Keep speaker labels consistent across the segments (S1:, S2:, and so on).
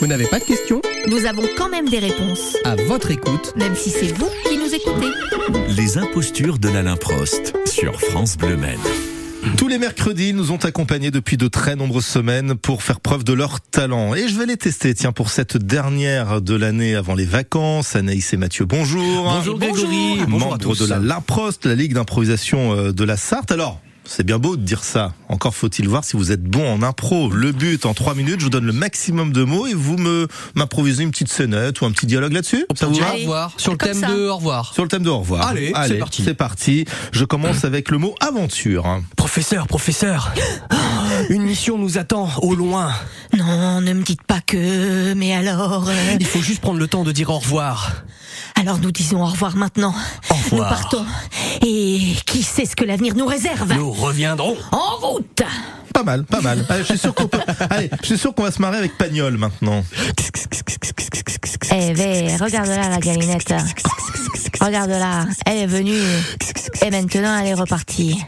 S1: Vous n'avez pas de questions
S2: Nous avons quand même des réponses,
S1: À votre écoute.
S2: même si c'est vous qui nous écoutez.
S3: Les impostures de l'Alain Prost sur France Bleu Maine.
S4: Tous les mercredis, ils nous ont accompagnés depuis de très nombreuses semaines pour faire preuve de leur talent. Et je vais les tester, tiens, pour cette dernière de l'année avant les vacances. Anaïs et Mathieu, bonjour.
S5: Bonjour Grégory.
S4: Membre de la Laproste, la Ligue d'improvisation euh, de la Sarthe. Alors, c'est bien beau de dire ça. Encore faut-il voir si vous êtes bon en impro. Le but, en trois minutes, je vous donne le maximum de mots et vous me m'improvisez une petite scénette ou un petit dialogue là-dessus. Ça vous
S5: dire
S4: va
S5: au
S2: Allez,
S5: revoir. Sur le
S2: comme
S5: thème
S2: ça.
S5: de au revoir.
S4: Sur le thème de au revoir.
S5: Allez, c'est parti.
S4: C'est parti. Je commence avec le mot aventure. hein.
S6: Professeur, professeur, une mission nous attend au loin.
S2: Non, ne me dites pas que, mais alors... euh,
S6: Il faut juste prendre le temps de dire au revoir.
S2: alors nous disons au revoir maintenant.
S6: Au
S2: Nous
S6: revoir.
S2: partons. Et qui sait ce que l'avenir nous réserve
S6: Nous reviendrons.
S2: En route
S4: Pas mal, pas mal. Allez, je suis sûr qu'on peut. Allez, je suis sûr qu'on va se marrer avec Pagnol maintenant.
S7: Eh ben, regarde-la la galinette. Regarde-la, elle est venue et maintenant elle est repartie.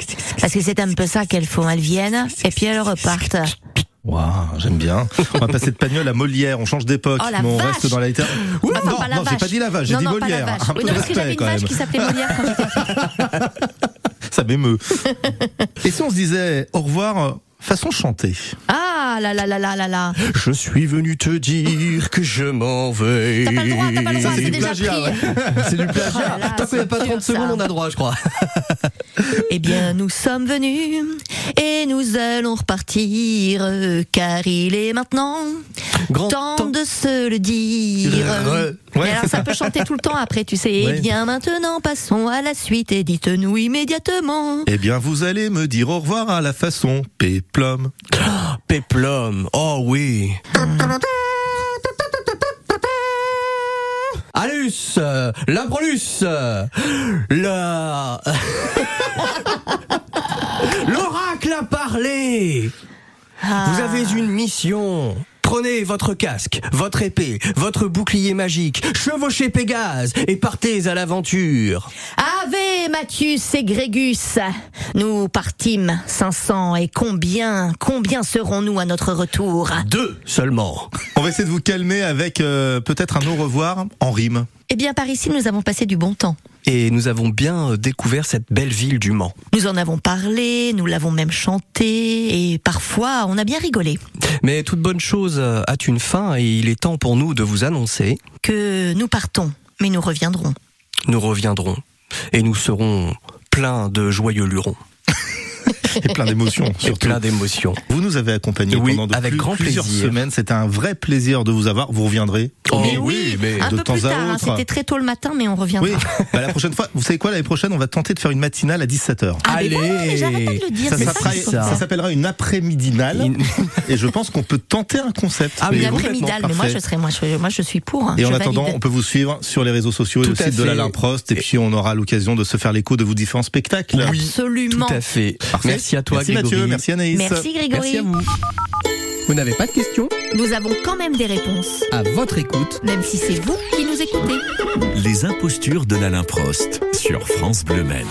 S7: Parce que c'est un peu ça qu'elles font, elles viennent et puis elles repartent.
S4: Waouh, j'aime bien. On va passer de Pagnol à Molière. On change d'époque,
S7: Oh, la
S4: mais on
S7: vache.
S4: reste dans la littérature. Ouh,
S7: Enfin,
S4: non,
S7: pas la
S4: non, j'ai
S7: vache.
S4: pas dit la vache, j'ai
S7: Non,
S4: dit
S7: non, pas la
S4: Molière.
S7: vache.
S4: Un peu
S7: Oui,
S4: de
S7: non, parce que j'avais
S4: respect
S7: une
S4: quand
S7: vache
S4: même.
S7: qui s'appelait Molière quand j'étais petite.
S4: Ça m'émeut. Et si on se disait au revoir euh, façon chantée
S7: Ah là là là là là là.
S6: Je suis venu te dire que je m'en vais.
S7: T'as pas le droit, t'as pas le droit, c'est déjà pris.
S4: C'est du plagiat.
S7: Oh là là,
S6: Tant qu'il n'y a
S7: c'est
S6: pas
S7: dur,
S6: 30 secondes,
S7: ça.
S6: on a droit, je crois.
S7: Eh bien, nous sommes venus et nous allons repartir, euh, car il est maintenant
S6: Grand
S7: temps de se le dire.
S6: Re-
S7: Et alors, ça peut chanter tout le temps après, tu sais.
S4: Ouais.
S7: Eh bien, maintenant, passons à la suite et dites-nous immédiatement.
S4: Eh bien, vous allez me dire au revoir à la façon péplum.
S6: Péplum. Oh oui. Alus, euh, l'improlus, euh, la... L'oracle a parlé. Vous avez une mission. Prenez votre casque, votre épée, votre bouclier magique, chevauchez Pégase et partez à l'aventure.
S7: Ave Mathius et Grégus, nous partîmes 500 et combien, combien serons-nous à notre retour
S6: Deux seulement.
S4: On va essayer de vous calmer avec euh, peut-être un au revoir en rime.
S7: Eh bien, par ici, nous avons passé du bon temps.
S6: Et nous avons bien euh, découvert cette belle ville du Mans.
S7: Nous en avons parlé, nous l'avons même chanté, et parfois on a bien rigolé.
S6: Mais toute bonne chose euh, a une fin et il est temps pour nous de vous annoncer,
S7: Que nous partons, mais nous reviendrons.
S6: nous reviendrons et nous serons pleins de joyeux lurons
S4: Et plein d'émotions,
S6: et
S4: surtout.
S6: pleins d'émotions.
S4: Vous nous avez accompagnés
S6: Oui,
S4: pendant de
S6: avec
S4: plus-
S6: grand
S4: plusieurs
S6: plaisir.
S4: semaines. C'était un vrai plaisir de vous avoir. Vous reviendrez.
S6: Oh
S7: mais
S6: oui, mais
S7: un
S4: de
S7: peu
S4: temps
S7: plus
S4: à
S7: tard, hein,
S4: autre.
S7: c'était très tôt le matin, mais on reviendra.
S4: Oui, bah, la prochaine fois, vous savez quoi, l'année prochaine, on va tenter de faire une matinale à 17h.
S7: Ah, mais voilà, mais j'arrête pas de le dire,
S4: Ça
S7: c'est ça.
S4: s'appellera,
S7: qui est
S6: ça.
S4: ça s'appellera une après-midinale
S6: Une-
S4: et je pense qu'on peut tenter un concept.
S6: Ah,
S4: Mais
S7: Une
S6: mais
S4: vous-
S7: après-midale, mais
S4: complètement,
S7: moi
S4: parfait.
S7: je serais, moi je, moi je suis pour. hein,
S4: Et en
S7: je
S4: attendant,
S7: valide.
S4: on peut vous suivre sur les réseaux sociaux et
S6: Tout
S4: le
S6: à
S4: site de
S6: fait.
S4: l'Alain Prost et puis on aura l'occasion de se faire l'écho de vos différents spectacles.
S6: Oui,
S7: Absolument.
S6: Tout à fait.
S4: Parfait.
S6: Merci à toi,
S4: merci
S6: Grégory.
S4: Mathieu, merci Anaïs.
S7: Merci Grégory.
S6: Merci à vous.
S1: Vous n'avez pas de questions
S2: Nous avons quand même des réponses,
S1: À votre écoute.
S2: même si c'est vous qui nous écoutez.
S3: Les impostures de l'Alain Prost sur France Bleu Maine.